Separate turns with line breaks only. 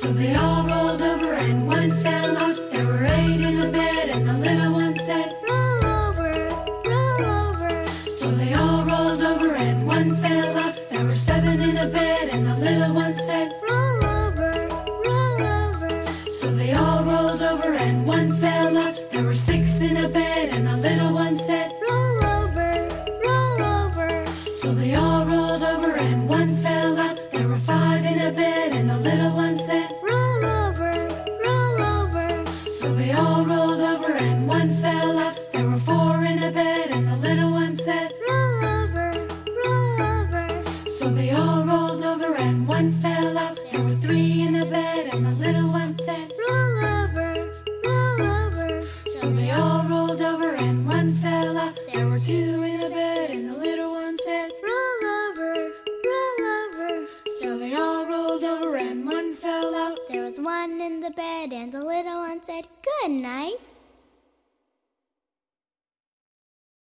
So they all rolled over and one fell out. There were eight in a bed, and the little one said,
Roll over, roll over,
So they all rolled over and one fell out. There were seven in a bed, and the little one said,
roll over, roll over,
So they all rolled over and one fell out. There were six in a bed, and the little one said,
roll over, roll over,
So they all rolled over and one fell out. There were five in a bed, and the little one said,
roll over, roll over,
So they all rolled over and one fell out. There were four in a bed, and the little one said,
roll over, roll over,
So they all rolled over and one fell out. There were three in a bed, and the little one said,
roll over, roll over,
So they all rolled over and one fell out. There were two in a bed, and the little one said,
roll over, roll over.
So they all rolled over and one fell out.
There was one in the bed, and the little one said, Good night.